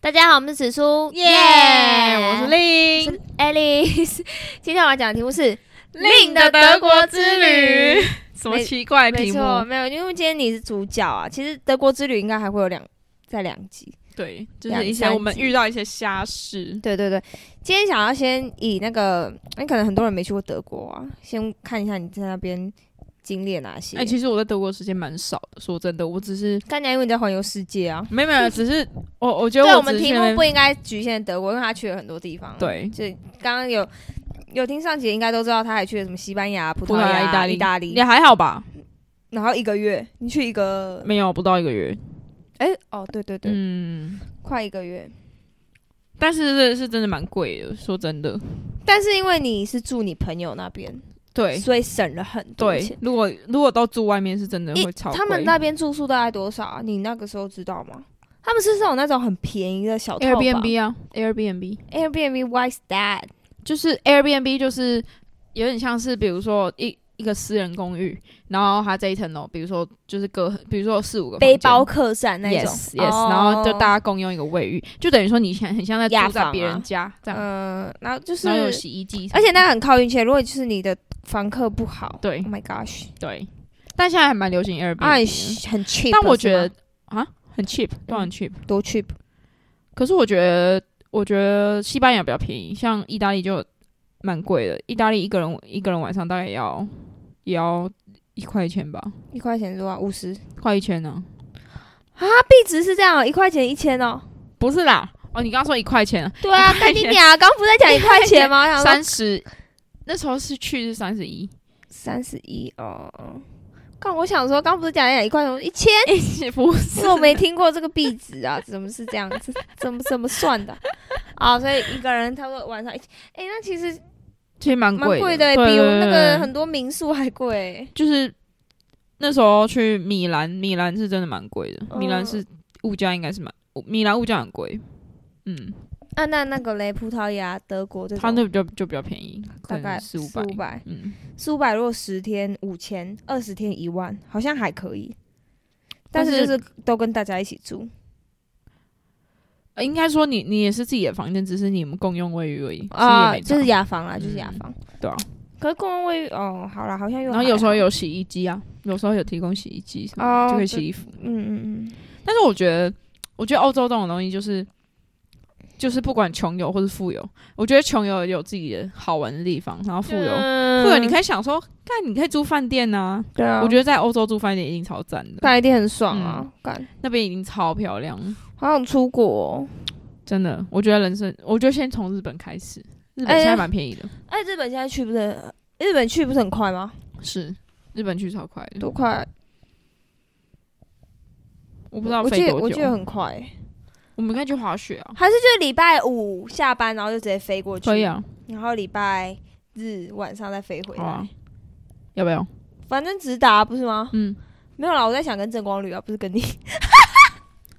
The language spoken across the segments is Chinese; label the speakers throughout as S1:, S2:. S1: 大家好，我们是紫苏，
S2: 耶我是
S1: 我
S2: 令
S1: 是 Alice。今 天我要讲的题目是
S2: 令的德国之旅，， 什么奇怪的
S1: 没
S2: 题目？
S1: 错，没有，因为今天你是主角啊。其实德国之旅应该还会有两在两集。
S2: 对，就
S1: 两
S2: 是一些
S1: 三
S2: 我们
S1: 集
S2: 遇到一些瞎事，
S1: 对对对，今天想要先以那个，你可能很多人没去过德国啊，先看一下你在那边经历了哪些。
S2: 哎、其实我在德国时间蛮少的，说真的，我只是
S1: 刚才因为你在环游世界啊，
S2: 没有 没有，只是我我觉得
S1: 对，我
S2: 只
S1: 们
S2: 是
S1: 题
S2: 那
S1: 目
S2: 边
S1: 不应该局限德国，因为他去了很多地方。，啊
S2: 对
S1: 就刚刚有有听上集，应该都知道他还去了什么西班牙、葡萄
S2: 葡萄牙
S1: 牙、
S2: 意大利
S1: 意大利
S2: 也，还好吧，
S1: 然后一个月，你去一个，
S2: 没有不到一个月，
S1: 哎、哦，对对对，
S2: 嗯，
S1: 快一个月。
S2: 但是是是真的蛮贵的，说真的，
S1: 但是因为你是住你朋友那边，
S2: 对
S1: 所以省了很多
S2: 对
S1: 钱。，
S2: 如果如果都住外面是真的
S1: 一
S2: 会超贵，
S1: 他们那边住宿大概多少啊？你那个时候知道吗？他们是不是有那种很便宜的小套房
S2: Airbnb 啊，Airbnb。
S1: Airbnb why is that？
S2: 就是 Airbnb 就是有点像是，比如说一一个私人公寓，然后它这一层楼，比如说就是各，比如说有四五个
S1: 背包
S2: 客
S1: 客栈那种哦
S2: yes yes，、然后就大家共用一个卫浴，就等于说你现在很像在
S1: 雅
S2: 住
S1: 房啊
S2: 在别人家、这样，
S1: 嗯、呃然后就是
S2: 然后有洗衣机，
S1: 而且那个很靠运气，如果就是你的房客不好，
S2: 对
S1: ，Oh my gosh，
S2: 对，但现在还蛮流行 Airbnb，、
S1: 啊很很 cheap，
S2: 但我觉
S1: 是
S2: 得
S1: 吗嗯
S2: 啊很 cheap，都很 cheap，、
S1: 多 cheap，
S2: 可是我觉得我觉得西班牙比较便宜，像意大利就蛮贵的，意大利一个人一个人晚上大概也要也要一块钱吧。
S1: 一块钱多少？啊五十，
S2: 快一千
S1: 哦
S2: 呢、
S1: 币值是这
S2: 啊
S1: 样哦，一块钱一千哦。
S2: 不是啦，哦，你刚刚说一块钱，
S1: 对 啊，干你娘！刚不是在讲一块钱 吗？我想说
S2: 三十，那时候是去是三十一，
S1: 三十一哦。刚我想说，刚不是讲一块钱一千？
S2: 哎不是
S1: 因为我没听过这个币值啊，怎么是这样子？怎么怎么算的？啊， 所以一个人差不多晚上一千，哎、那其实
S2: 其实蛮
S1: 蛮
S2: 贵
S1: 贵的、欸，
S2: 对
S1: 比我们那个
S2: 对
S1: 很多民宿还贵欸、
S2: 就是那时候去米兰，米兰是真的蛮贵的，米兰
S1: 嗯
S2: 是物价应该是蛮，米兰物价很贵，嗯，
S1: 啊，那那个嘞，葡萄牙、德国这
S2: 它
S1: 种，
S2: 那比较就比较便宜，可
S1: 大概
S2: 能四五百
S1: 四，五百，
S2: 嗯，
S1: 四五百，如果十天五千，二十天一万，好像还可以。但
S2: 但
S1: 是
S2: 是
S1: 就是都跟大家一起住
S2: 呃应该说你你也是自己的房间，只是你们共用卫浴而已
S1: 啊、
S2: 其实也没差
S1: 就是雅房啦，就是雅房。
S2: 对啊，
S1: 可是公共卫浴哦，好啦，好像又
S2: 然后有时候
S1: 还好，
S2: 有洗衣机啊，有时候有提供洗衣机什么的，
S1: 哦
S2: 就可
S1: 对
S2: 以洗衣服。
S1: 嗯嗯
S2: 但是我觉得，我觉得欧洲这种东西就是，就是不管穷游或是富游，我觉得穷游有自己的好玩的地方，然
S1: 嗯，
S2: 后富游，
S1: 游
S2: 富游你可以想说，看你可以住饭店呐、
S1: 对啊，
S2: 我觉得嗯在欧洲住饭店一定超赞的，
S1: 干一定很爽啊，干
S2: 那边一定超漂亮，
S1: 好想出国、哦。
S2: 真的。我觉得人生，我觉得先从日本开始，日本
S1: 哎呀
S2: 现在蛮便宜的，
S1: 哎，日本现在去不是日本去不是很快吗？
S2: 是日本去超快的，
S1: 多快？
S2: 我不知道
S1: 我记
S2: 飞
S1: 得
S2: 多
S1: 我
S2: 久啊
S1: 记。得很快欸、
S2: 我们可以去滑雪啊，
S1: 还是就礼拜五下班，然后就直接飞过去，
S2: 可以，啊，
S1: 然后礼拜日晚上再飞回来，
S2: 好啊，要不要？
S1: 反正直达不是吗？
S2: 嗯。
S1: 没有啦，我在想跟郑光旅啊，不是跟你。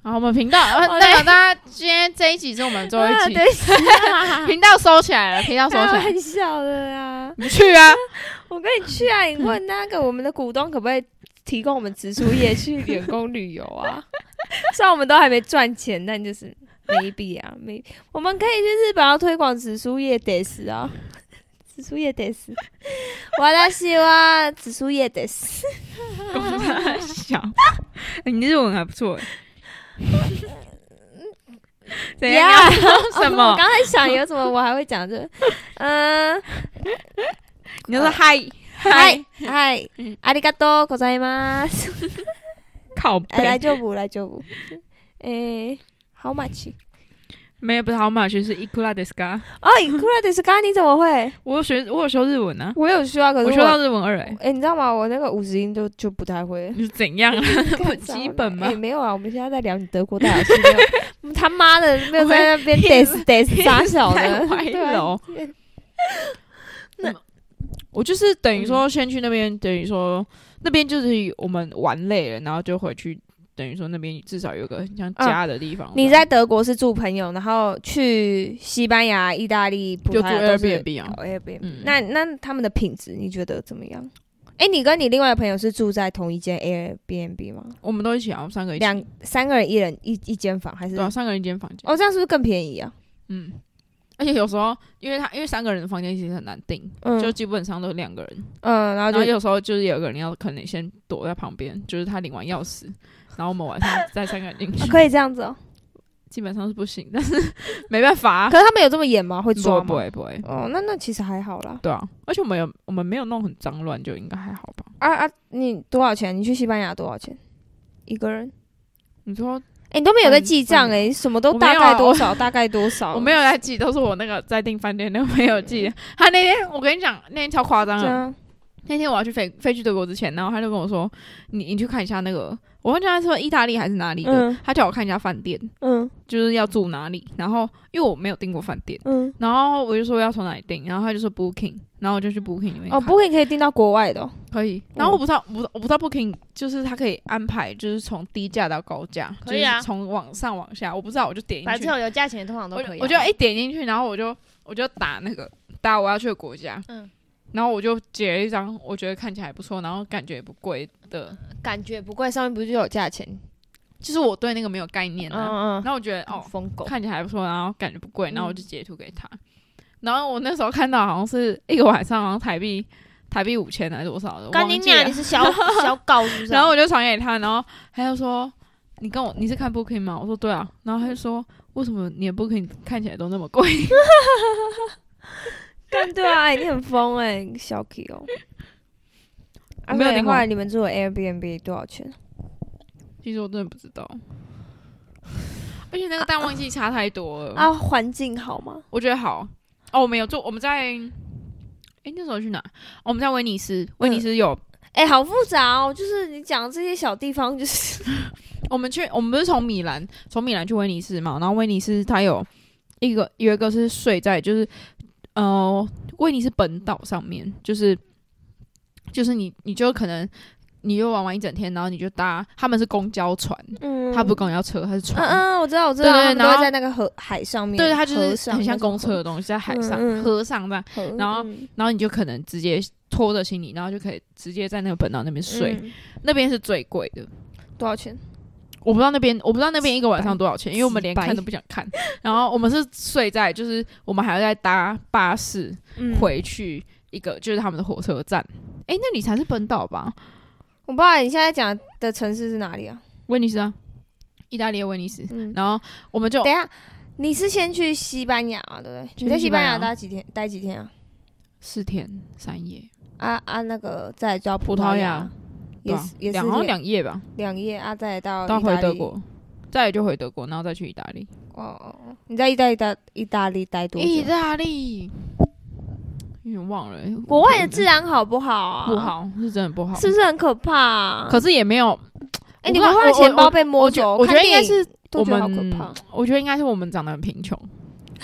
S2: 好，我们啊频道，呃
S1: 好
S2: 代表大家今天这一集是我 们 最后一集，
S1: 啊对，
S2: 频道收起来了，频道收
S1: 开
S2: 起来，
S1: 玩笑的啦，
S2: 你去啊！
S1: 我跟你去啊，你问那个我们的股东可不可以提供我们直属业去 员工旅游啊？ 虽然我们都还没赚钱，但就是 maybe 啊，maybe 我们可以去日本要推广紫苏叶得斯啊，紫苏叶得斯，我啊的希望紫苏叶得 斯，
S2: 小，你日文还不 错欸。怎样？
S1: Yeah
S2: 什
S1: 哦我
S2: 么？
S1: 刚才想有什么我还会讲这，嗯，
S2: 你就说嗨
S1: 嗨嗯嗨，ありがとうございます。
S2: 靠
S1: 哎，来
S2: 背，
S1: 就补，来就补。诶、好 h o w much？
S2: 没有不是好马学是 i k u r a d e s k a
S1: 哦，你库拉迪斯卡你怎么会？
S2: 我有学，我有修日文啊，
S1: 我有需要，可是
S2: 我
S1: 我
S2: 修到日文二哎，
S1: 诶、你知道吗？我那个五十音就就不太会。
S2: 你是怎样啊？ 不
S1: 干
S2: 基本吗
S1: 诶、？没有啊，我们现在在聊你德国大老师， 没有他妈的没有在那边得死得死傻小
S2: 太
S1: 的，
S2: 歪
S1: 对啊
S2: 了哦。 我就是等于
S1: 嗯
S2: 说先去那边，等于说那边就是我们玩累了，然后就回去，等于说那边至少有个很像家的地方。
S1: 嗯你在德国是住朋友，然后去西班牙、意大利、葡
S2: 就
S1: 萄
S2: 住
S1: 牙都是
S2: Airbnb 啊？
S1: 哦 Airbnb
S2: 嗯
S1: 那那他们的品质你觉得怎么样？哎、你跟你另外的朋友是住在同一间 Airbnb 吗？
S2: 我们都一起啊，我们三个一起，
S1: 两三个人一人一一间房还是？
S2: 对啊，三个人一间房间，
S1: 哦，这样是不是更便宜啊？
S2: 嗯。而且有时候，因为他因为三个人的房间其实很难订，
S1: 嗯
S2: 就基本上都是两个人。
S1: 嗯，然后
S2: 然后
S1: 就
S2: 有时候就是有个人要可能先躲在旁边，就是他领完钥匙，然后我们晚上再三个人进去，
S1: 可以这样子哦。
S2: 基本上是不行， 但是没办法啊，
S1: 可是他们有这么严吗？会抓
S2: 不
S1: 吗？
S2: 不会不会，
S1: 哦，那那其实还好啦。
S2: 对啊，而且我们有我们没有弄很脏乱，就应该还好吧？
S1: 啊啊，你多少钱？你去西班牙多少钱？一个人？
S2: 你说
S1: 哎、你都没有在
S2: 嗯
S1: 记账
S2: 嗯
S1: 哎、什么都
S2: 我
S1: 大
S2: 没有
S1: 概
S2: 啊
S1: 多少，大概多少。
S2: 我没有在记，都是我那个在订饭店那个没有
S1: 嗯
S2: 记。他那天我跟你讲，那天超夸张
S1: 这
S2: 的。
S1: 样，
S2: 那天我要去飞飞去德国之前，然后他就跟我说：“你你去看一下那个，我忘记他说意大利还是哪里的，
S1: 嗯
S2: 他叫我看一下饭店，
S1: 嗯
S2: 就是要住哪里。然后因为我没有订过饭店，
S1: 嗯。
S2: 然后我就说要从哪里订，然后他就说 Booking，然后我就去 Booking 里面
S1: 哦，
S2: 看
S1: 不会可以订到国外的哦、
S2: 可以。
S3: 嗯
S2: 然后我不知道，我不我不知道 Booking 就是它可以安排，就是从低价到高价，
S3: 可以啊
S2: 就是从往上往下，我不知道，我就点进
S3: 反
S2: 去，
S3: 正有价钱通常都
S2: 我
S3: 可以啊、
S2: 我就哎一点进去，然后我就我就打那个打我要去的国家，
S3: 嗯
S2: 然后我就截了一张我觉得看起来还不错，然后感觉也不贵的，
S3: 感觉不贵，上面不是就有价钱？
S2: 就是我对那个没有概念
S3: 嗯
S2: 啊，
S3: 嗯，
S2: 然后我觉得哦
S3: 疯狗，
S2: 看起来还不错，然后感觉不贵，
S3: 嗯
S2: 然后我就截图给他。然后我那时候看到好像是一个晚上，好像台币台币五千还是多少的，我
S3: 干
S2: 忘
S3: 你
S2: 记
S3: 娘！
S2: 了
S3: 你。是 小小狗是不是啊？
S2: 然后我就传给他，然后他就说：“你跟我你是看 Booking 吗？”我说：“对啊。”然后他就说：“为什么你的 Booking 看起来都那么贵
S1: 但对啊，哎你很疯哎、小 K 哦。啊
S2: 我没有
S1: 对
S2: 订过
S1: 后来你们住的 Airbnb 多少钱？？”
S2: 其实我真的不知道，而且那个淡旺季差太多了。
S1: 啊，环境好吗？
S2: 我觉得好哦，我们有住，我们在诶，那时候去哪？哦我们在威尼斯，威尼斯有
S1: 哎、好复杂哦，就是你讲的这些小地方，就是
S2: 我们去，我们不是从米兰，从米兰去威尼斯嘛，然后威尼斯它有一个有一个是睡在就是呃威尼斯本岛上面，就是就是你你就可能你就玩完一整天，然后你就搭他们是公交船，
S1: 嗯，
S2: 它不是公交车，它是船。
S1: 嗯嗯，我知道我知道，
S2: 对对
S1: 他们都
S2: 然
S1: 会
S2: 后
S1: 在那个河海上面，
S2: 对，它就
S1: 河
S2: 是
S1: 上
S2: 很像
S1: 那种
S2: 公车的东西，在海上、
S1: 嗯嗯
S2: 河上这样，
S1: 河，河
S2: 然后
S1: 嗯
S2: 然后你就可能直接拖着行李，然后就可以直接在那个本岛那边睡，
S1: 嗯
S2: 那边是最贵的。
S1: 多少钱？
S2: 我不知道那边，我不知道那边一个晚上多少钱，因为我们连看都不想看。 然后我们是睡在，就是我们还要再搭巴士
S1: 嗯
S2: 回去一个，就是他们的火车站。诶，那里才是本岛吧？
S1: 我不知道你现在讲的城市是哪里啊？
S2: 威尼斯啊，意大利的威尼斯。
S1: 嗯，
S2: 然后我们就
S1: 等一下，你是先去西班牙嘛，对不对？
S2: 去
S1: 你在西
S2: 西
S1: 班
S2: 班
S1: 牙
S2: 牙
S1: 待几天？待几天啊？
S2: 四天三夜，
S1: 啊啊，那个再来到葡
S2: 葡萄
S1: 牙也
S2: 牙，对
S1: 是
S2: 啊
S1: 也是
S2: 两好像
S1: 两
S2: 两哦夜吧，
S1: 两夜啊，再来到
S2: 到
S1: 意大
S2: 回德
S1: 利。
S2: 国，再来就回德国，然后再去意大利。
S1: 哦哦，哦你在意大利待意大利待多久？
S2: 意大利，有点忘了、欸
S1: 国外的治安好不好啊？
S2: 不，好，是真的不好，
S1: 是不是很可怕啊？
S2: 哦可是也没有。
S1: 哎，
S2: 我不
S1: 你
S2: 知
S1: 们
S2: 道
S1: 会让
S2: 我
S1: 钱包
S2: 我
S1: 被摸
S2: 我觉
S1: 走，
S2: 我觉
S1: 看
S2: 得应该
S1: 电影
S2: 是
S1: 都
S2: 我
S1: 觉得
S2: 们
S1: 好可怕。
S2: 我觉得应该是我们长得很贫穷，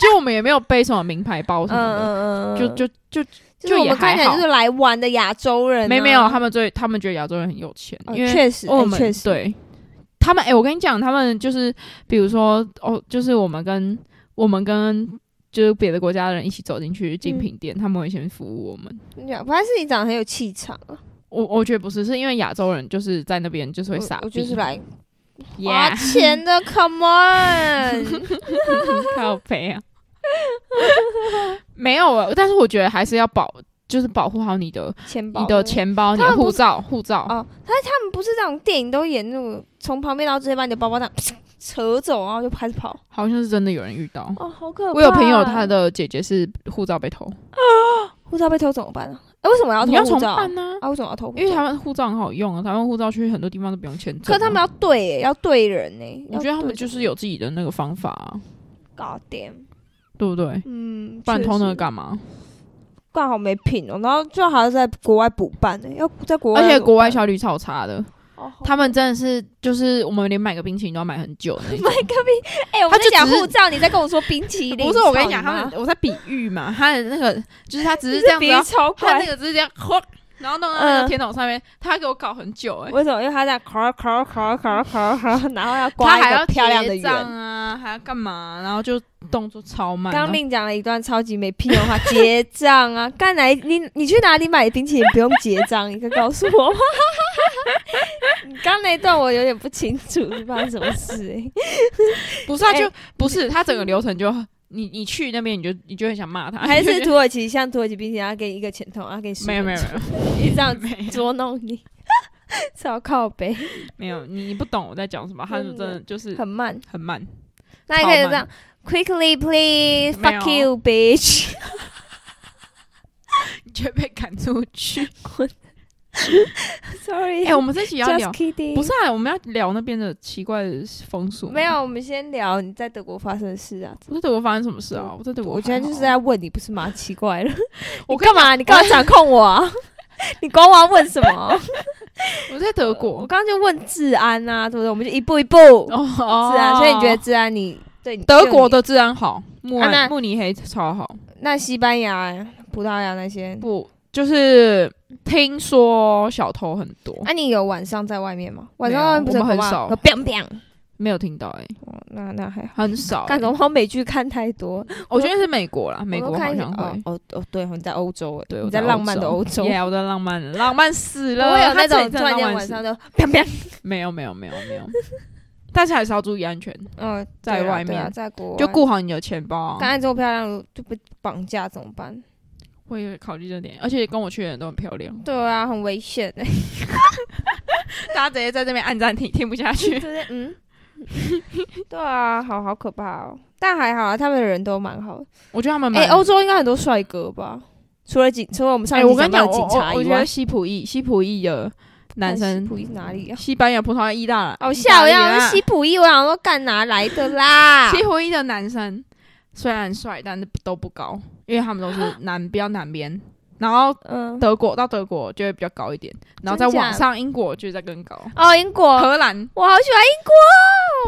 S2: 就我们也没有背什么名牌包
S1: 嗯
S2: 什么的，
S1: 嗯嗯，嗯
S2: 就就就
S1: 就是我
S2: 也
S1: 们看起
S2: 还
S1: 来
S2: 好
S1: 就是来玩的亚洲人啊，
S2: 没没有他们最他们觉得亚洲人很有钱，
S1: 哦，
S2: 因为
S1: 确实，哎
S2: 我们、
S1: 确实，
S2: 对他们哎、我跟你讲，他们就是比如说哦，就是我们跟我们跟。就是别的国家的人一起走进去
S1: 嗯
S2: 精品店，他们会先服务我们。
S1: 你讲，啊还是你长得很有气场啊。
S2: 我我觉得不是，是因为亚洲人就是在那边就是会
S1: 我
S2: 傻逼，
S1: 我就是来花
S2: Yeah
S1: 钱 的，Come on！
S2: 靠背啊，没有啊，但是我觉得还是要保，就是保护好你的
S1: 钱包，
S2: 你的钱包、你
S1: 他
S2: 的
S1: 们不
S2: 护照、护
S1: 哦
S2: 照。
S1: 他们不是这种电影都演那种从旁边，然后直接把你的包包这样 扯走，然后就开始跑。
S2: 好像是真的有人遇到，
S1: 哦，好可怕！哦
S2: 我有朋友他的姐姐是护照被偷，
S1: 护照被偷怎么办啊？哎，为什么要
S2: 你要
S1: 偷护
S2: 重
S1: 照啊
S2: 办？呢，
S1: 啊为什么要偷护照？
S2: 因为台湾护照很好用啊，台湾护照去很多地方都不用签证啊。
S1: 可是他们要对欸，要对人呢。
S2: 我觉得他们就是
S1: 有
S2: 有自己的那个方法啊，
S1: 搞掂，
S2: 对不对？
S1: 嗯，
S2: 不然偷
S1: 确
S2: 那个
S1: 实
S2: 干嘛？
S1: 干好没品哦。然后最好还要在国外补办呢，要在国外
S2: 而
S1: 要怎么办，
S2: 且国外效率超差的，
S1: 哦好
S2: 他们真的是就是我们连买个冰淇淋都要买很久 那种。
S1: 哎，我们
S2: 他
S1: 在
S2: 就
S1: 讲
S2: 只是
S1: 护照，你在跟我说冰淇淋？
S2: 不是我跟你
S1: 操
S2: 讲，他
S1: 妈
S2: 们我在比喻嘛，他的那个就是他只
S1: 你
S2: 是这样子
S1: 鼻
S2: 要
S1: 超
S2: 他
S1: 快
S2: 那，个只是这样，吼然后弄到那
S1: 嗯
S2: 个天桶上面，他给我搞很久哎、
S1: 为什么？因为他在烤烤烤烤烤 烤，然后要刮
S2: 他
S1: 一
S2: 还
S1: 个
S2: 要
S1: 漂亮的
S2: 结账
S1: 圆。
S2: 啊，还要干嘛？然后就动作超慢。啊然
S1: 刚
S2: 后
S1: 令讲了一段超级没屁用的话，结账啊！ 干哪？你你去哪里买的冰淇淋不用结账？你可以告诉我吗？ 你刚那一段我有点不清楚是发生什么事、 欸，
S2: 不是他啊
S1: 哎
S2: 就、不是他整个流程就你你去那边你就你就很想骂他，
S1: 还
S2: 你就是觉得
S1: 土耳其像土耳其冰淇淋，他给你一个钱筒，他给你十
S2: 没有没有
S1: 分
S2: 没
S1: 钟
S2: 有
S1: 一直这样
S2: 没有
S1: 捉弄你， 超靠背，
S2: 没有你你不懂我在讲什么，他是真
S1: 真
S2: 的就是
S1: 很慢。
S2: 很慢。
S1: 那你可以
S2: 超慢
S1: 这样，quickly please
S2: 没有
S1: fuck you bitch，
S2: 你就会被赶出去。
S1: sorry，
S2: 哎、我们这期要聊
S1: just，kidding，
S2: 不是啊，我们要聊那边的奇怪的风俗。
S1: 没，有，我们先聊你在德国发生的事啊。
S2: 我在德国发生什么事啊？我在德国，
S1: 我今天就是，在问你，不是吗？奇怪 了，
S2: 我
S1: 你干嘛？你干嘛掌控我啊？ 你管我要问什 么？
S2: 我在德
S1: 我
S2: 国。
S1: 刚刚就问治安啊，对不对？我们就一步一步
S2: 哦哦，
S1: 治安，所以你觉得治安你对你
S2: 德国的治安好？慕
S1: 啊那
S2: 慕尼黑超好。
S1: 那西班牙、葡萄牙那些？
S2: 不，就是听说小偷很多，
S1: 那、啊你有晚上在外面吗？晚上
S2: 没有
S1: 在外面不是
S2: 我们很
S1: 恐怖
S2: 少
S1: 吗，biang biang。
S2: 没有听到哎、
S1: 哦，那那还好。
S2: 很少、
S1: 干什
S2: 欸。
S1: 么？我美剧看太多，
S2: 我觉得是美国啦，美
S1: 我
S2: 国
S1: 都看
S2: 好
S1: 一
S2: 像会。
S1: 哦哦哦，对，你在欧洲，欸
S2: 对，
S1: 你
S2: 我
S1: 在浪漫的欧洲，
S2: 耶，我在浪漫的，浪漫死
S1: 不
S2: 了。
S1: 会有
S2: 他
S1: 那种
S2: 自己
S1: 突
S2: 真的
S1: 然间
S2: 浪漫
S1: 晚
S2: 死
S1: 上就 砰砰。
S2: 没有没有没有没有，但是还是要注意安全，
S1: 嗯，
S2: 在
S1: 对啦
S2: 外
S1: 对啦
S2: 面
S1: 在国外
S2: 就顾好你的钱包
S1: 刚
S2: 啊。
S1: 才这么漂亮就被绑架怎么办？
S2: 我也考虑这点，而且跟我去的人都很漂 亮，
S1: 对啊，很危险哎、
S2: 大家直接在这边按暂停，听不下
S1: 欸，
S2: 去。
S1: 就是嗯， 对啊，好好可怕哦。但还好啊，他们的人都蛮好的。
S2: 我觉得他们
S1: 哎、
S2: 蛮
S1: 欧洲应该很多帅哥吧？除了警，除了我们上
S2: 哎，
S1: 一
S2: 我
S1: 集
S2: 跟你
S1: 讲到
S2: 讲，我
S1: 的警察
S2: 我我
S1: 以
S2: 觉
S1: 外
S2: 得，西普裔西普裔的男
S1: 西
S2: 生，
S1: 普裔哪里啊？
S2: 西班牙、葡萄牙、意大
S1: 哦，
S2: 意
S1: 吓
S2: 大
S1: 我一
S2: 利
S1: 跳！我
S2: 啊
S1: 说西普裔，我想说干哪来的啦？
S2: 西普裔的男生虽然帅，但是都不高，因为他们都是南比较南边，然后
S1: 嗯，
S2: 德国到德国就会比较高一点，然后再
S1: 真假
S2: 往上英国就再更高，
S1: 哦，英国，
S2: 荷兰
S1: 我好喜欢英国，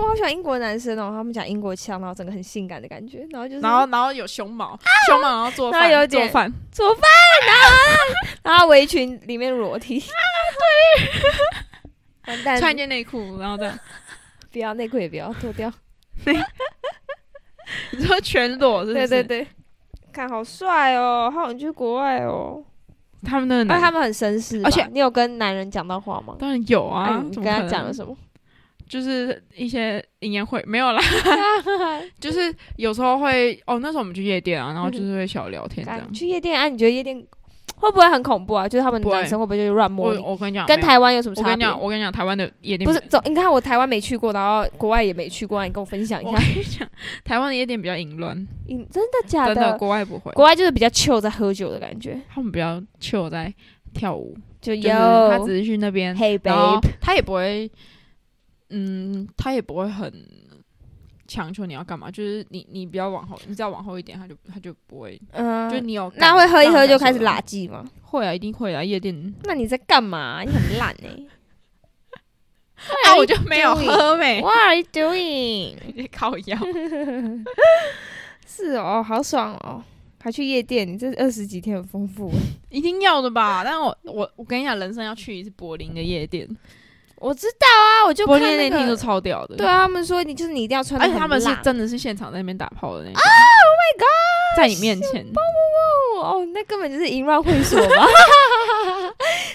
S1: 我好喜欢英国男生哦，他们讲英国腔，然后整个很性感的感觉，然后就是，
S2: 然后然后有胸毛，胸毛然后做
S1: 然后有
S2: 饭做
S1: 点
S2: 饭，
S1: 做饭啊，然后围裙里面裸体，对， 完蛋，
S2: 穿一件内裤，然后这样，
S1: 不要内裤也不要脱掉，
S2: 你说全裸是不
S1: 对
S2: 是？
S1: 对，对，看好帅哦，好想去国外哦，
S2: 他们那个
S1: 而
S2: 男，
S1: 哦他们很绅士吧，
S2: 嗯
S1: 啊
S2: 而且
S1: 你有跟男人讲到话吗？
S2: 当然有
S1: 哎
S2: 啊，
S1: 你
S2: 怎
S1: 跟
S2: 么可
S1: 他
S2: 能
S1: 讲了什么？
S2: 就是一些营业会没 有啦，就是有时候会哦，那时候我们去夜店啊，然后就是会小聊天这
S1: 干
S2: 样
S1: 你。去夜店啊？你嗯觉得夜店会不会很恐怖啊？就是他们
S2: 不会
S1: 男生会不会就是乱摸
S2: 我
S1: 你？
S2: 我跟你讲，
S1: 跟
S2: 没有
S1: 台湾有什么
S2: 我
S1: 差
S2: 跟你
S1: 别？
S2: 讲，我跟你讲，台湾的夜店
S1: 不是，走，你看我台湾没去过，然后国外也没去过，你跟我分享一
S2: 我
S1: 下
S2: 跟，你讲，台湾的夜店比较淫乱，
S1: 你真的假
S2: 真
S1: 的？
S2: 的国外不会，
S1: 国外就是比较 chill 在喝酒的感觉，
S2: 他们比较 chill 在跳舞，
S1: 就
S2: 就是
S1: 有
S2: 他只是去那边，
S1: Hey
S2: 然后
S1: babe，
S2: 他也不会，嗯，他也不会很强求你要干嘛，就是你你比较往后，你只要往后一点，他就他就不会，
S1: 嗯，
S2: 就你有
S1: 那
S2: 干
S1: 会喝一喝就开始，
S2: 让
S1: 拉
S2: 他感
S1: 鸡吗？
S2: 受到会啊，一定会啊，夜店
S1: 那你在干嘛？你很烂哎、
S2: 啊，我就没
S1: 哎
S2: 有喝没
S1: What are you doing？
S2: 靠腰，
S1: 是哦，好爽哦，还去夜店，你这二十几天很丰富欸。
S2: 一定要的吧？但我我我跟你讲，人生要去一次柏林的夜店，
S1: 我知道啊，我就
S2: 柏
S1: 看
S2: 林的
S1: 那
S2: 夜店
S1: 个
S2: 都，超屌的，
S1: 对啊，他们说你就是你一定要穿得
S2: 而
S1: 很
S2: 且
S1: 辣，
S2: 他们是真的是现场在那边打炮的那种。啊！Oh my god！在你面前，
S1: 哦哦，那根本就是淫乱会所吧？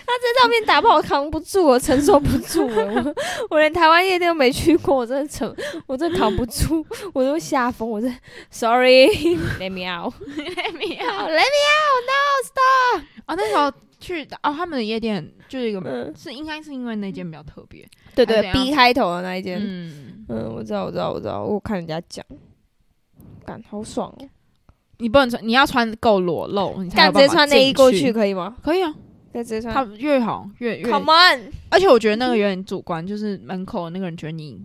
S1: 他这照片打不好，扛不住，我承受不住了。我 我连台湾夜店都没去过，我真的承，我真的扛不住，我都吓疯。我真的 sorry，let me out，let
S2: 没有
S1: me out，no
S2: 啊！那时候去哦，他们的夜店就是一个，
S1: 嗯
S2: 是应该是因为那间比较特别。
S1: stop。对
S2: 还是怎
S1: 对
S2: 样
S1: ，B 开头的那一间，
S2: 嗯，
S1: 嗯，我知道，我知道，我知道，我看人家讲，感好爽哦，
S2: 你不能穿，你要穿够裸露，你才有
S1: 干直
S2: 办
S1: 接
S2: 法
S1: 穿内衣过
S2: 进
S1: 去
S2: 去。
S1: 可以吗？
S2: 可以啊，
S1: 可以直接穿
S2: 他越好越越。
S1: ，Come on，
S2: 而且我觉得那个有点主观，就是门口那个人觉得你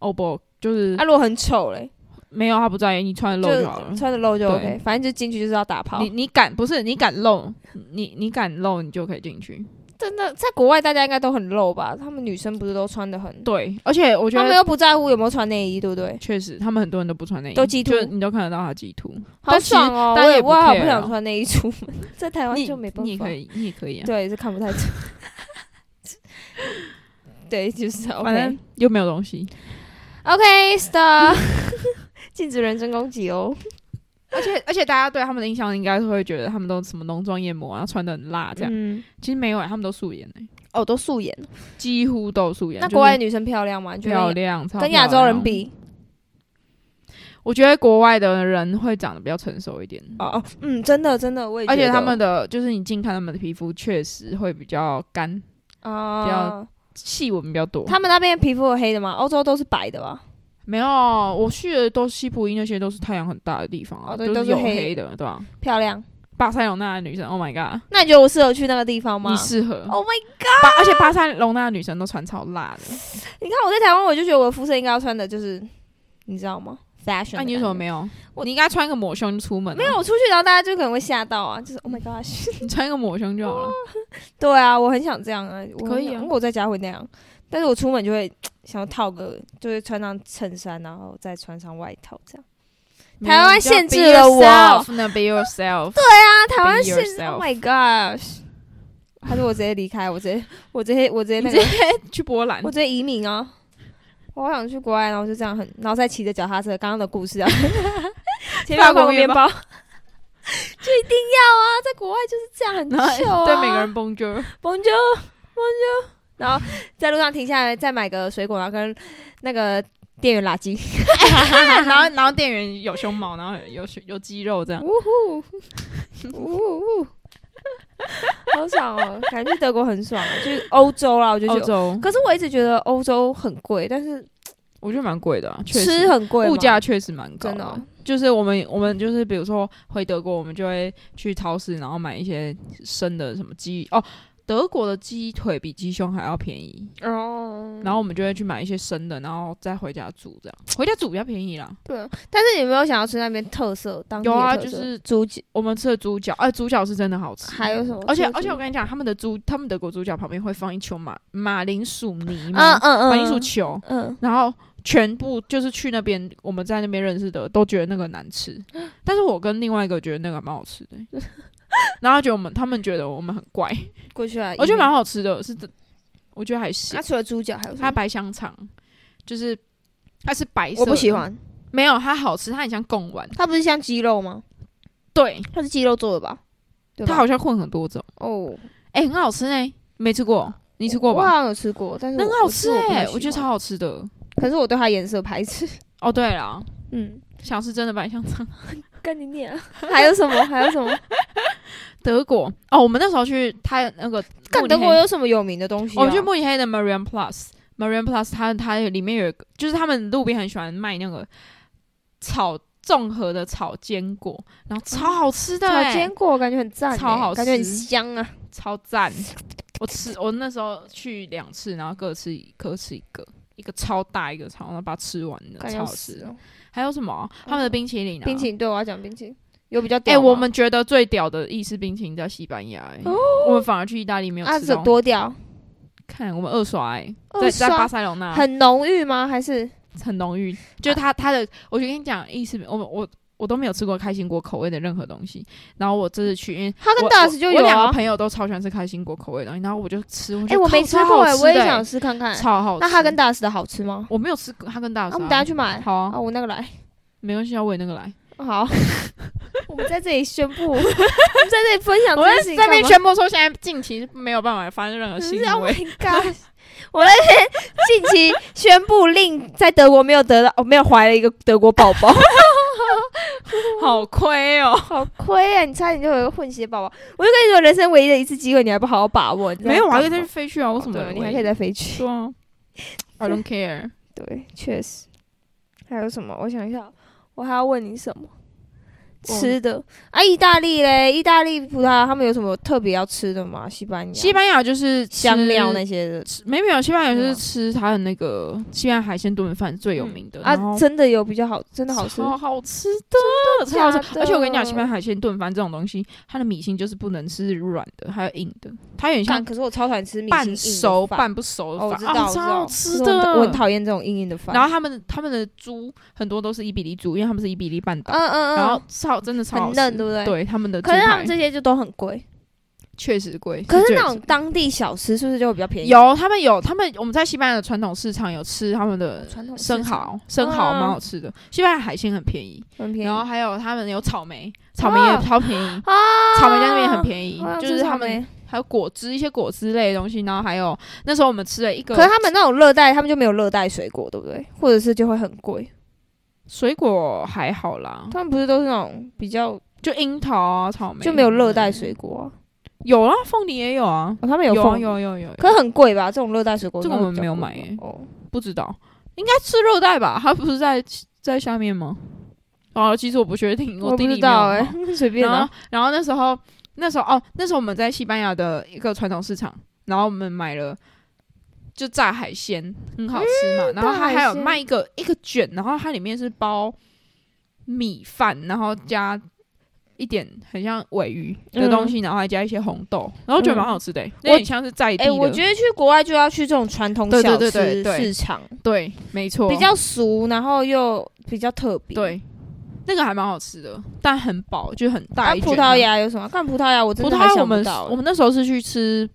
S2: o b 就是
S1: 啊，如果很丑嘞，
S2: 没有他不在意，你穿
S1: 就
S2: 嗯露就好了
S1: 穿。着露就
S2: 对
S1: OK，反正就进去就是要打炮
S2: 你。你敢不是你敢露，你你敢露，你就可以进去。
S1: 真的在国外大家应该都很露吧？他们女生不是都穿的很，
S2: 对，而且我觉
S1: 他们
S2: 得
S1: 又不在乎有没有穿内衣，对不对？
S2: 确实，他们很多人都不穿内衣，
S1: 都鸡突
S2: 就是你都看得到他鸡突。
S1: 好爽哦！
S2: 但
S1: 我
S2: 其
S1: 也
S2: 实大家也
S1: 我好不
S2: care
S1: 想
S2: 啊
S1: 穿内衣出门， 在台湾
S2: 你
S1: 就没办
S2: 你也
S1: 法
S2: 可。以，你也可以啊。
S1: 对，是看不太 出。对，就是
S2: 反
S1: OK
S2: 正又没有东西。
S1: OK star，禁止人身攻击哦。
S2: 而 且而且大家对他们的印象应该是会觉得他们都什么浓妆艳抹，然后穿的很辣这样。
S1: 嗯，
S2: 其实没有、欸，他们都素颜、欸、
S1: 哦，都素颜。
S2: 几乎都素颜。
S1: 那
S2: 就是
S1: 国外女生漂亮吗？你觉
S2: 漂
S1: 得
S2: 亮，超
S1: 跟
S2: 漂
S1: 亚
S2: 亮
S1: 洲人，比？
S2: 我觉得国外的人会长得比较成熟一点，
S1: 哦，哦嗯，真的真的，我也
S2: 而且
S1: 觉得
S2: 他们的就是你近看他们的皮肤确实会比较干，比
S1: 啊
S2: 较，细纹比较多。
S1: 他们那边皮肤有黑的吗？欧洲都是白的吧？
S2: 没有，啊我去的都是西普伊那些都是太阳很大的地方啊，
S1: 哦对
S2: 都
S1: 都
S2: 是
S1: 是
S2: 有
S1: 黑
S2: 黑的，对吧、
S1: 漂亮。
S2: 巴塞隆纳的女生，Oh my god，
S1: 那你觉得我适合去那个地方吗
S2: 你适合。
S1: ？Oh my！
S2: 巴而且巴塞隆纳的女生都穿超辣的，
S1: 你看我在台湾，我就觉得我的肤色应该要穿的就是，你知道吗？Fashion 的感觉。
S2: 那、啊你为什么没有？
S1: 我
S2: 你应该穿个抹胸就出门、啊，
S1: 没有，我出去，然后大家就可能会吓到啊，就是 Oh my God！
S2: 你穿个抹胸就好了。
S1: 对啊，我很想这样啊，我
S2: 可
S1: 很
S2: 以
S1: 想
S2: 啊
S1: 因为我在家会那样，但是我出门就会想要套个，就是穿上衬衫，然后再穿上外套这样。台湾限制了我
S2: n 啊 be yourself。
S1: 啊，台湾
S2: Be
S1: 现
S2: yourself
S1: ，Oh my gosh！还是我直接离开，我直接，我直接，我直接那
S2: 你
S1: 个，
S2: 去波兰
S1: 我，直接移民啊！我好想去国外，然后就这样很，然后再骑着脚踏车，刚刚的故 事啊，前面
S2: 法
S1: 有
S2: 国
S1: 个
S2: 面
S1: 面包，就一定要啊，在国外就是这样很
S2: 然后
S1: 秀啊，
S2: 对每个人 Bonjour，
S1: Bonjour, Bonjour，然后在路上停下来，再买个水果，然后跟那个店员垃圾。
S2: 然后然后店员有胸毛，然后有有肌肉这样。
S1: 呜呼，呜呼，好爽哦！感觉去德国很爽，就是欧洲啦，我就觉
S2: 欧
S1: 得。
S2: 洲
S1: 可是我一直觉得欧洲很贵，但是
S2: 我觉得蛮贵的、啊，确
S1: 吃
S2: 实
S1: 很贵吗，
S2: 物价确实蛮高
S1: 真的哦
S2: 就是我们我们就是比如说回德国，我们就会去超市，然后买一些生的什么鸡哦。德国的鸡腿比鸡胸还要便宜，
S1: 哦。
S2: 然后我们就会去买一些生的，然后再回家煮，这样回家煮比较便宜啦。
S1: 对，啊但是你有没有想要吃那边特色？当地的
S2: 有啊
S1: 特色
S2: 就是
S1: 猪脚，
S2: 我们吃的猪脚，哎、猪脚是真的好吃，
S1: 还有什么？
S2: 而且
S1: 猪
S2: 而且我
S1: 脚
S2: 跟你讲，他们的猪，他们德国猪脚旁边会放一球马马铃薯泥
S1: 嗯
S2: 嘛，
S1: 嗯嗯，
S2: 马铃薯球，
S1: 嗯，
S2: 然后全部就是去那边我们在那边认识的都觉得那个难吃， 但是我跟另外一个觉得那个蛮好吃的、 然后觉得我们他们觉得我们很怪，
S1: 过去啊，
S2: 我觉得
S1: 移民
S2: 蛮。好吃的，是真我觉得还行
S1: 那。啊除了猪脚还有什
S2: 它
S1: 么？
S2: 白香肠就是它是白色，
S1: 我不喜，欢，
S2: 没有它好吃，它很像贡丸，
S1: 它不是像鸡肉吗？
S2: 对，
S1: 它是鸡肉做的吧？对吧
S2: 它好像混很多种，
S1: 哦，
S2: 哎、很好吃哎、没吃过，你吃过
S1: 我
S2: 吧？
S1: 好像有吃过，但是
S2: 很
S1: 我
S2: 好吃哎、
S1: 哎、
S2: 我觉得超，好吃的。
S1: 可是我对它颜色排斥。
S2: 哦，对了，
S1: 嗯，
S2: 想吃真的白香 肠。
S1: 跟你念、 还有什么？还有 什么？
S2: 德国哦，我们那时候去他那个
S1: 干
S2: 慕尼
S1: 德
S2: 黑
S1: 国有什么有名的东西、啊？
S2: 哦我们去慕尼黑的 Marian Plus。Marian Plus，它它里面有一个，就是他们路边很喜欢卖那个炒综合的炒坚果，然后超好吃的、
S1: 炒
S2: 欸，
S1: 坚果感觉很赞、欸，
S2: 超好
S1: 感
S2: 吃
S1: 觉很香啊。
S2: 超赞。我吃我那时候去两次，然后各吃一各吃一个，一个超大一个超，然后把它吃完的，
S1: 感觉
S2: 嗯超
S1: 要
S2: 好吃
S1: 死
S2: 的。
S1: 哦！
S2: 还有什么啊？他们的冰淇淋、啊，
S1: 冰淇淋对我要讲冰淇淋有比较
S2: 哎、
S1: 屌吗哦
S2: 我们觉得最屌的意式冰淇淋在西班牙、欸，我们反而去意大利没有
S1: 啊
S2: 吃到。
S1: 有多屌？
S2: 看我们二刷、欸，在
S1: 二
S2: 在
S1: 刷
S2: 巴塞啊隆那
S1: 很浓郁吗？还是
S2: 很浓
S1: 啊
S2: 郁，就是它它的，我就跟你讲，意式我们我。我都没有吃过开心果口味的任何东西，然后我这次去，因为
S1: 哈根达斯就有
S2: 我两
S1: 啊
S2: 个朋友都超喜欢吃开心果口味的东西，然后我就吃，我
S1: 哎、
S2: 觉得
S1: 我没
S2: 靠
S1: 吃
S2: 超
S1: 过
S2: 好
S1: 哎、
S2: 吃的
S1: 我也想试看看。
S2: 超好吃。
S1: 那哈根达斯的好吃吗？
S2: 我没有吃过哈根达斯、
S1: 啊，我们等下去买。
S2: 好啊
S1: 啊，，我那个来。
S2: 没关系啊，我也那个来。
S1: 好， 我们在这里宣 布，我们在这里分享
S2: 我
S1: 这件事
S2: 在
S1: 情
S2: 这
S1: 干嘛。
S2: 边宣布说，现在近期没有办法发生任何
S1: 只
S2: 新
S1: 是 Oh
S2: 闻。
S1: my God！我那边近期宣布令在德国没有得到，哦，没有怀了一个德国宝 宝，
S2: 好 亏哦。
S1: 好亏啊！你差点就有一个混血宝宝。我就跟你说，人生唯一的一次机会，你还不好好把握？你在
S2: 没有，我还可以
S1: 干
S2: 再
S1: 嘛
S2: 去飞去啊，为什么
S1: 对
S2: 我？
S1: 你还可以再飞去。
S2: 说啊？I don't care。
S1: 对，确实。还有什么？我想一下，我还要问你什么？吃的啊，意大利嘞，意大利葡萄他们有什么特别要吃的吗？西班牙
S2: 西班牙就是吃
S1: 香料那些的啊
S2: 没有没有，西班牙就是
S1: 吗
S2: 吃它的那个西班牙海鲜炖饭最有名的、然后
S1: 啊啊，真的有比较好，真的好吃。
S2: 超好吃的，超好
S1: 假
S2: 吃！
S1: 的
S2: 而且我跟你讲，西班牙海鲜炖饭这种东西，它的米心就是不能是软的，还有硬的，它有点
S1: 干
S2: 像
S1: 可是我超讨厌吃米心硬
S2: 半
S1: 的
S2: 熟
S1: 饭
S2: 半不熟
S1: 哦，
S2: 的
S1: 我
S2: 饭，
S1: 知
S2: 啊
S1: 道，我知
S2: 超
S1: 道
S2: 好吃
S1: 可是我很
S2: 的。
S1: 我很讨厌这种硬硬的饭。
S2: 然后他们他们的猪很多都是伊比利猪，因为他们是伊比利半岛，
S1: 嗯嗯嗯，
S2: 然后超真的超好
S1: 很
S2: 吃
S1: 嫩，对不对？。
S2: 对他们的猪
S1: 可
S2: 排，
S1: 是他们这些就都很贵，
S2: 确实贵，
S1: 可是
S2: 最
S1: 那
S2: 好
S1: 种当地小吃是不是就会比较便宜？
S2: 有他们有他们我们在西班牙的传统市场有吃他们的
S1: 传统市
S2: 生
S1: 场
S2: 蚝，生蚝
S1: 嗯
S2: 蛮好吃的。西班牙海鲜很便宜，
S1: 很便宜
S2: 然后还有他们有草莓，草莓也
S1: 哦
S2: 超便宜，
S1: 啊
S2: 草莓在那边也很便宜
S1: 我，想
S2: 就
S1: 哦吃
S2: 是他
S1: 草
S2: 们
S1: 莓
S2: 还有果汁一些果汁类的东西，然后还有那时候我们吃了一个
S1: 可是他们那种热带，他们就没有热带水果，对不对？或者是就会很贵。
S2: 水果还好啦，
S1: 他们不是都是那种比较
S2: 就樱桃啊草莓
S1: 就没有热带水果啊？
S2: 有啊，凤梨也有啊，
S1: 哦他们
S2: 有啊
S1: 凤梨
S2: 有，有有，
S1: 可是很贵吧？这种热带水果
S2: 这个
S1: 应该
S2: 我们没有
S1: 比较
S2: 买
S1: 贵
S2: 耶
S1: 吧哦，
S2: 不知道应该吃热带吧？它不是在在下面吗？啊，其实我不确定，
S1: 我不
S2: 地理
S1: 知
S2: 没有
S1: 道
S2: 很
S1: 哎
S2: 好，
S1: 随便
S2: 然
S1: 啊
S2: 后，然后那时候，那时候哦，那时候我们在西班牙的一个传统市场，然后我们买了就炸海鲜，很好吃嘛。然后它
S1: 炸海
S2: 还有
S1: 鲜
S2: 卖一个一个卷，然后它里面是包米饭，然后加一点很像尾鱼的东西，然后还加一些红豆，然后我觉得蛮好吃的、欸，有
S1: 我
S2: 点像是在地
S1: 嗯哎，
S2: 的。
S1: 我觉得去国外就要去这种传统
S2: 对对
S1: 小
S2: 对对
S1: 吃
S2: 对
S1: 市场，
S2: 对，没错，
S1: 比较俗，然后又比较特别。。
S2: 对。那个还蛮好吃的，但很饱，就很大
S1: 啊，
S2: 一
S1: 葡
S2: 卷
S1: 萄
S2: 那
S1: 牙有什么？看葡萄牙，我真
S2: 葡
S1: 的
S2: 萄
S1: 还
S2: 牙我
S1: 想不
S2: 们
S1: 到。欸
S2: 我们那时候是去吃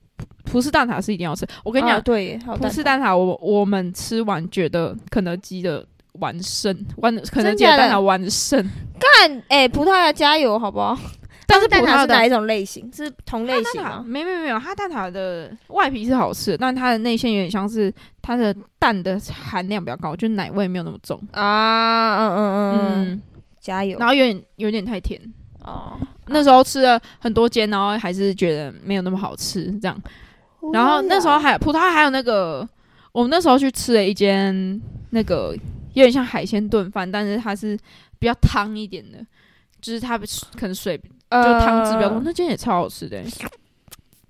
S2: 葡式蛋挞，是一定要吃。我跟你讲
S1: 啊，对耶，还有
S2: 葡
S1: 蛋
S2: 式
S1: 挞
S2: 蛋挞，我我们吃完觉得肯德基的完胜，完肯德
S1: 真
S2: 基的
S1: 假的
S2: 蛋挞完胜，
S1: 但哎、葡萄牙加油好不好？
S2: 但是葡
S1: 蛋挞
S2: 萄
S1: 是
S2: 的
S1: 哪一种类型？是同类型啊
S2: 蛋挞
S1: 吗？
S2: 没没没有，它蛋挞的外皮是好吃的，但它的内馅有点像是它的蛋的含量比较高，就是奶味没有那么重，
S1: 啊，嗯嗯嗯，嗯，
S2: 嗯，
S1: 加油
S2: 然后有点有点太甜。
S1: 哦。
S2: 那时候吃了很多间，然后还是觉得没有那么好吃，这样。然后那时候还葡萄牙还有那个，我们那时候去吃了一间那个有点像海鲜炖饭，但是它是比较汤一点的，就是它可能水就
S1: 呃
S2: 汤汁比较多，那间也超好吃的欸、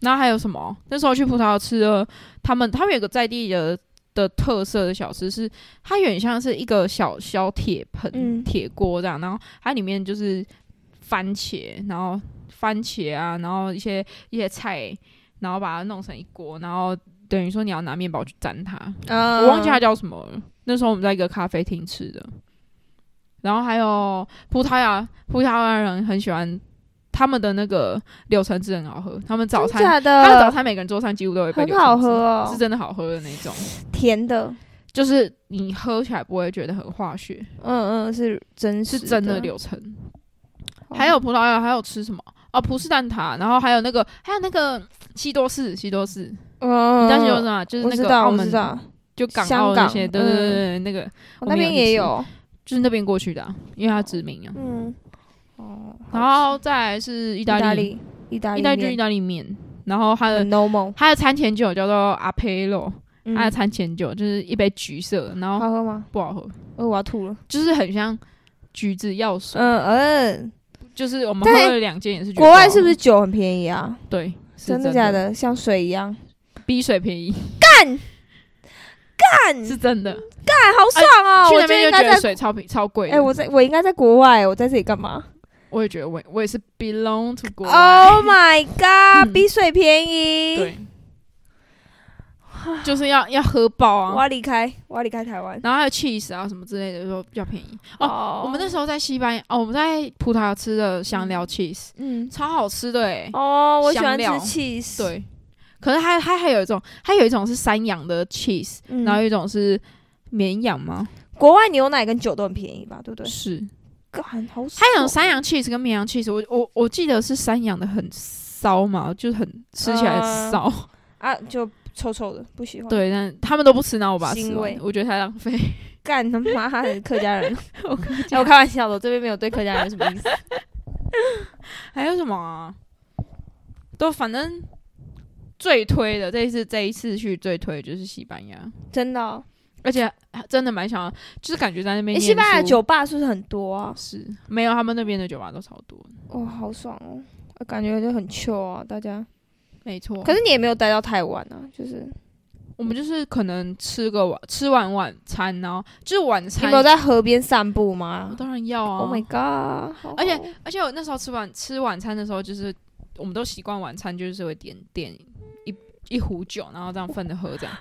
S2: 然后还有什么？那时候去葡萄牙吃了，他们他们有个在地的的特色的小吃是，它有点像是一个小小铁盆
S1: 嗯
S2: 铁锅这样，然后它里面就是番茄，然后番茄啊，然后一些一些菜，然后把它弄成一锅，然后等于说你要拿面包去沾它。
S1: 嗯
S2: 我忘记它叫什么了。那时候我们在一个咖啡厅吃的，然后还有葡萄牙，葡萄牙人很喜欢他们的那个柳橙汁很好喝，他们早
S1: 真
S2: 餐。
S1: 假
S2: 他的早
S1: 的
S2: 餐每个人桌上几乎都有一杯
S1: 很
S2: 柳橙汁，
S1: 好喝哦
S2: 是，真的好喝的那种，
S1: 甜的，
S2: 就是你喝起来不会觉得很化学，
S1: 嗯嗯，是真
S2: 是
S1: 实
S2: 真的
S1: 的。
S2: 柳橙。
S1: 哦
S2: 还有葡萄牙，还有吃什么？哦，葡式蛋挞，然后还有那个，还有那个西多士，西多士，
S1: 嗯，
S2: 你
S1: 嗯
S2: 知道西多士
S1: 嗯
S2: 吗？就是
S1: 我
S2: 那
S1: 知
S2: 个
S1: 道，
S2: 澳
S1: 我知
S2: 门，
S1: 道，
S2: 就港
S1: 香
S2: 澳那
S1: 港嗯
S2: 些，对对对对，那个
S1: 我
S2: 我
S1: 那
S2: 们有
S1: 边
S2: 去吃
S1: 也有，
S2: 就是那边过去的啊、因为它殖民啊。
S1: 嗯，哦，
S2: 然后再来是意
S1: 意
S2: 大利，
S1: 利，意大
S2: 意大利就
S1: 面嗯
S2: 意大利面，然后它的
S1: 很 normal，
S2: 它的餐前酒叫做阿佩洛，
S1: 嗯
S2: 它的餐前酒就是一杯橘色，然后
S1: 好喝吗？
S2: 不好喝，
S1: 呃，我要吐了。
S2: 就是很像橘子药水，
S1: 嗯嗯，
S2: 就是我们
S1: 但
S2: 喝了两件也是觉得
S1: 国外
S2: 好
S1: 是不是酒很便宜啊？
S2: 对？是
S1: 真的假？的？像水一样，
S2: 比水便宜，
S1: 干
S2: 是真的。
S1: 干好爽哦！
S2: 去
S1: 我
S2: 那边
S1: 应
S2: 就觉
S1: 该
S2: 得
S1: 在，
S2: 水超平超贵的。
S1: 哎，我在我应该在国外，我在这里干嘛
S2: 我也觉得我我也是 belong to 国外，
S1: ？Oh my
S2: 嗯
S1: god，比水便宜，
S2: 对，就是要要喝爆啊
S1: 我！要离开，我要离开台湾。
S2: 然后还有 cheese 啊什么之类的都比较便宜。哦
S1: 哦
S2: 我们那时候在西班牙，哦，我们在葡萄牙吃的香料 cheese，、
S1: 嗯，
S2: 超好吃的哎、
S1: 哦，我喜欢吃
S2: 香料
S1: cheese，，
S2: 对，可是它它还有一种，它有一种是山羊的 cheese，、
S1: 嗯
S2: 然后有一种是绵羊吗？
S1: 国外牛奶跟酒都很便宜吧？对不对？哦
S2: 是，
S1: 干好爽，啊
S2: 它有山羊 cheese 跟绵羊 cheese，我我我记得是山羊的很骚嘛，就是很吃起来很骚，
S1: 啊，就臭臭的，不喜欢。，
S2: 对，但他们都不吃，然后我把它吃
S1: 腥
S2: 完
S1: 味，
S2: 我觉得太浪费。
S1: 干他妈的客家人， 哎我开玩笑的，我这边没有对客家人有什么意思。
S2: 还有什么、啊？都反正最推的，这一次这一次去最推的就是西班牙，
S1: 真的哦，
S2: 而而且真的蛮想要，就是感觉在那边
S1: 诶
S2: 念书。
S1: 西班牙酒吧是不是很多啊？
S2: 是没有，他们那边的酒吧都超多，
S1: 哇、好爽哦！我感觉就很 chill 啊，大家。
S2: 没错。
S1: 可是你也没有待到太晚啊，就是
S2: 我们就是可能吃个晚吃完晚餐，然后就是晚
S1: 你
S2: 餐。
S1: 没有在河边散步
S2: 我
S1: 吗
S2: 当然要啊
S1: ？Oh my god！好好
S2: 而且而且我那时候吃晚吃晚餐的时候，就是我们都习惯晚餐就是会点点一一壶酒，然后这样分着喝 这样，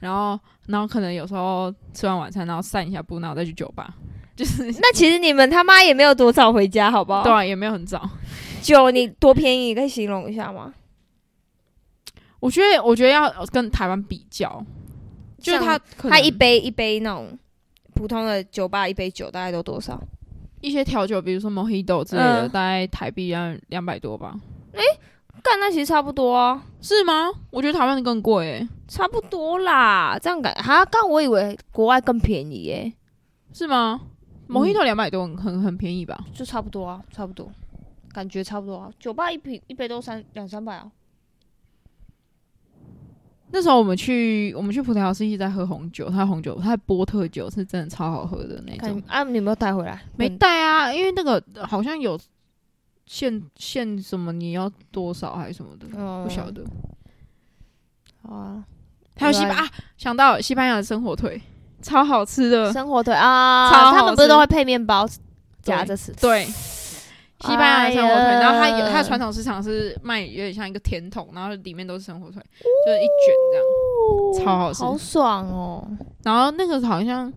S2: 然后然后可能有时候吃完晚餐，然后散一下步，然后再去酒吧，就是
S1: 那其实你们他妈也没有多早回家，好不好？
S2: 对、啊，也没有很早。
S1: 酒你多便宜，你可以形容一下吗？
S2: 我觉得我觉得要跟台湾比较，就是它可能
S1: 它一杯一杯那种普通的酒吧一杯酒大概都多少？
S2: 一些调酒，比如说 Mojito 之类
S1: 嗯
S2: 的，大概台币两两百多吧，
S1: 干，那其实差不多啊，
S2: 是吗？我觉得台湾的更贵、欸，
S1: 差不多啦。这样感哈，但我以为国外更便宜耶、
S2: 是吗？Mojito 两百多很很很便宜吧？
S3: 就差不多啊，差不多，感觉差不多啊。酒吧一瓶一杯都三两三百啊，
S2: 那时候我们去我们去葡萄牙是一直在喝红酒，它红酒它的波特酒是真的超好喝的那
S3: 看
S2: 种，
S3: 啊，你有没有带回来？
S2: 没
S3: 嗯
S2: 带啊，因为那个呃好像有限限什么你要多少还是什么的，
S3: 哦
S2: 不晓得。
S3: 好啊，
S2: 还有西班
S3: 对
S2: 啊，想到西班牙的生火腿超好吃的，
S3: 生火腿啊，
S2: 超好
S3: 他们不是
S2: 吃
S3: 都会配面包夹着吃？
S2: 对。西班牙的生火腿，
S3: 哎呀
S2: 然后它有它的传统市场是卖有点像一个甜筒，然后里面都是生火腿，就是一卷这样。
S3: 哦
S2: 超好吃
S3: 好爽哦！
S2: 然后那个好像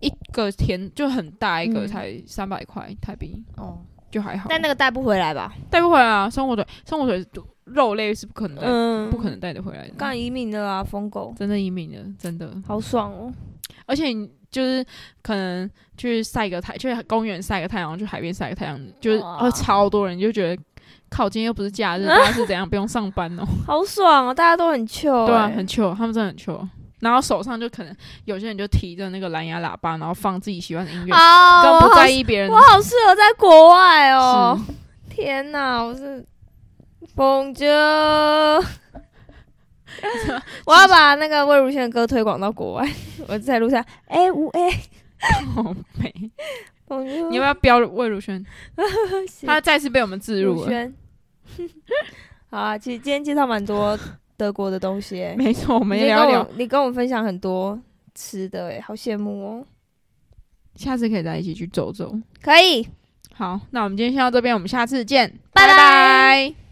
S2: 一个甜就很大一个，
S3: 嗯
S2: 才三百块台币，
S3: 哦，
S2: 就还好。
S1: 但那个带不回来吧？
S2: 带不回来啊，生火腿，生火腿肉类是不可能带，
S1: 嗯，
S2: 不可。能带得回来的。
S1: 干移民的啊，疯狗，
S2: 真的移民的，真的，
S1: 好爽哦！
S2: 而且你就是可能去晒个太，去公园晒个太阳，去海边晒个太阳，就是
S3: 哇
S2: 哦，超多人，你就觉得靠，今天又不是假 日，大家是怎样不用上班哦？
S1: 好爽哦，大家都很 chill，
S2: 对啊，
S1: 欸
S2: 很 chill，他们真的很 chill。然后手上就可能有些人就提着那个蓝牙喇叭，然后放自己喜欢的音乐，
S1: 啊，
S2: 更
S1: 我
S2: 不
S1: 好
S2: 在意别人
S1: 我。好适合在国外哦！天哪，我是蹦着， 我要把那个魏如萱的歌推广到国 外。我在路上，哎、五哎，
S2: 好美，
S1: 蹦着，
S2: 哦你要不要标魏如 萱？
S1: 是
S2: 她再次被我们置入
S1: 如
S2: 了。
S1: 萱？ 好啊，其实今天介绍蛮多德国的东西、欸，
S2: 没错，我们
S1: 你
S2: 也
S1: 跟
S2: 聊一聊
S1: 我，你跟我分享很多吃的、欸，哎，好羡慕哦！
S2: 下次可以再一起去走走。
S1: 可以，
S2: 好，那我们今天先到这边，我们下次见，
S1: 拜拜
S2: 拜